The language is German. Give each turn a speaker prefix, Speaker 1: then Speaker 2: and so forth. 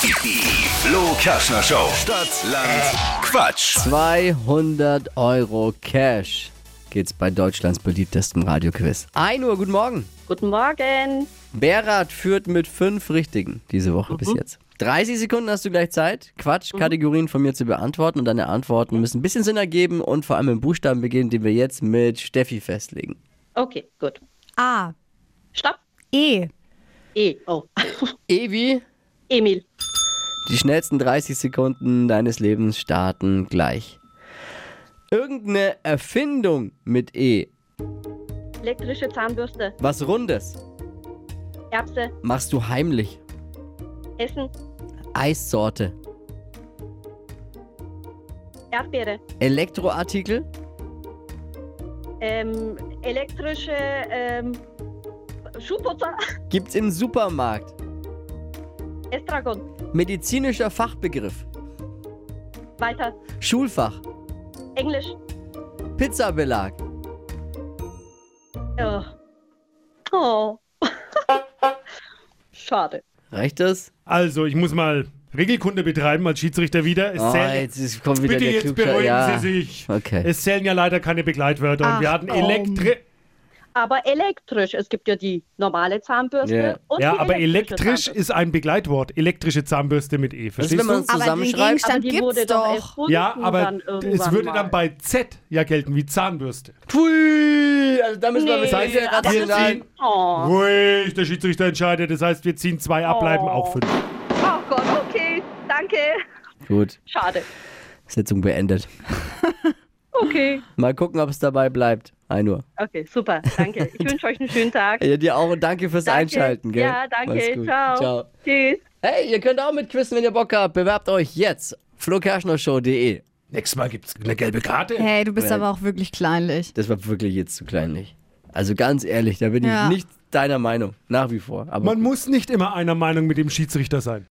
Speaker 1: Die Flo Kaschner Show. Stadt, Land, Quatsch.
Speaker 2: 200 Euro Cash geht's bei Deutschlands beliebtestem Radioquiz. 1 Uhr, guten Morgen.
Speaker 3: Guten Morgen.
Speaker 2: Berat führt mit fünf Richtigen diese Woche bis jetzt. 30 Sekunden hast du gleich Zeit, Quatsch-Kategorien von mir zu beantworten und deine Antworten müssen ein bisschen Sinn ergeben und vor allem im Buchstaben beginnen, den wir jetzt mit Steffi festlegen.
Speaker 3: Okay, gut.
Speaker 4: A.
Speaker 3: Stopp.
Speaker 4: E.
Speaker 3: E. Oh.
Speaker 2: Evi,
Speaker 3: Emil.
Speaker 2: die schnellsten 30 Sekunden deines Lebens starten gleich. Irgendeine Erfindung mit E,
Speaker 3: Elektrische Zahnbürste.
Speaker 2: was Rundes,
Speaker 3: Erbse.
Speaker 2: machst du heimlich.
Speaker 3: Essen.
Speaker 2: Eissorte,
Speaker 3: Erdbeere.
Speaker 2: Elektroartikel,
Speaker 3: Ähm, elektrische ähm, Schuhputzer.
Speaker 2: gibt's im Supermarkt.
Speaker 3: Estragon.
Speaker 2: Medizinischer Fachbegriff,
Speaker 3: Weiter.
Speaker 2: Schulfach,
Speaker 3: Englisch.
Speaker 2: Pizzabelag,
Speaker 3: Oh. oh. Schade.
Speaker 2: reicht das?
Speaker 5: Also, ich muss mal Regelkunde betreiben als Schiedsrichter wieder. Es
Speaker 2: Oh,
Speaker 5: zählen-
Speaker 2: jetzt ist, kommt wieder
Speaker 5: bitte
Speaker 2: der
Speaker 5: jetzt
Speaker 2: Klugscheißer.
Speaker 5: beruhigen
Speaker 2: ja.
Speaker 5: Sie sich.
Speaker 2: Okay.
Speaker 5: Es zählen ja leider keine Begleitwörter. und wir
Speaker 4: Ach,
Speaker 5: hatten
Speaker 4: komm.
Speaker 5: Elektri...
Speaker 3: Aber elektrisch. Es gibt ja die normale Zahnbürste.
Speaker 2: Ja.
Speaker 3: Und
Speaker 5: Ja,
Speaker 3: die
Speaker 5: aber
Speaker 3: elektrische
Speaker 5: elektrisch
Speaker 3: Zahnbürste.
Speaker 5: ist ein Begleitwort. Elektrische Zahnbürste mit
Speaker 2: Das
Speaker 5: E,
Speaker 2: ist, wenn
Speaker 5: verstehst
Speaker 2: man
Speaker 5: du?
Speaker 4: Aber den
Speaker 2: zusammenschreibt.
Speaker 3: Aber
Speaker 4: Gegenstand
Speaker 3: die wurde
Speaker 4: gibt's
Speaker 3: doch
Speaker 4: doch.
Speaker 3: erfunden
Speaker 5: Ja, aber
Speaker 3: dann
Speaker 5: es
Speaker 3: irgendwann
Speaker 5: würde
Speaker 3: mal.
Speaker 5: dann bei Z ja gelten, wie Zahnbürste.
Speaker 2: Pfui, also da müssen wir
Speaker 3: Nee,
Speaker 2: mit
Speaker 3: aber
Speaker 2: sehr
Speaker 3: das
Speaker 5: Wir
Speaker 2: rational.
Speaker 5: ziehen...
Speaker 3: Oh.
Speaker 5: Ruhig, der Schiedsrichter entscheidet. Das heißt, wir ziehen zwei ab, bleiben
Speaker 3: Oh.
Speaker 5: auch fünf.
Speaker 3: oh Gott, okay. Danke.
Speaker 2: Gut,
Speaker 3: Schade.
Speaker 2: Sitzung beendet.
Speaker 3: Okay.
Speaker 2: Mal gucken, ob es dabei bleibt. 1 Uhr.
Speaker 3: Okay, super. Danke. Ich wünsche euch einen schönen Tag.
Speaker 2: Ja, dir auch und danke fürs
Speaker 3: Danke.
Speaker 2: Einschalten. Gell?
Speaker 3: Ja,
Speaker 2: Mach's
Speaker 3: danke.
Speaker 2: gut.
Speaker 3: Ciao.
Speaker 2: Ciao.
Speaker 3: Tschüss.
Speaker 2: Hey, ihr könnt auch mitquissen, wenn ihr Bock habt. Bewerbt euch jetzt. flokerschnershow.de
Speaker 5: Nächstes Mal gibt's eine gelbe Karte.
Speaker 4: Hey, du bist
Speaker 2: Ja.
Speaker 4: aber auch wirklich kleinlich.
Speaker 2: Das war wirklich jetzt zu kleinlich. Also ganz ehrlich, da bin
Speaker 4: Ja.
Speaker 2: ich nicht deiner Meinung. Nach wie vor. Aber
Speaker 5: Man muss nicht immer einer Meinung mit dem Schiedsrichter sein.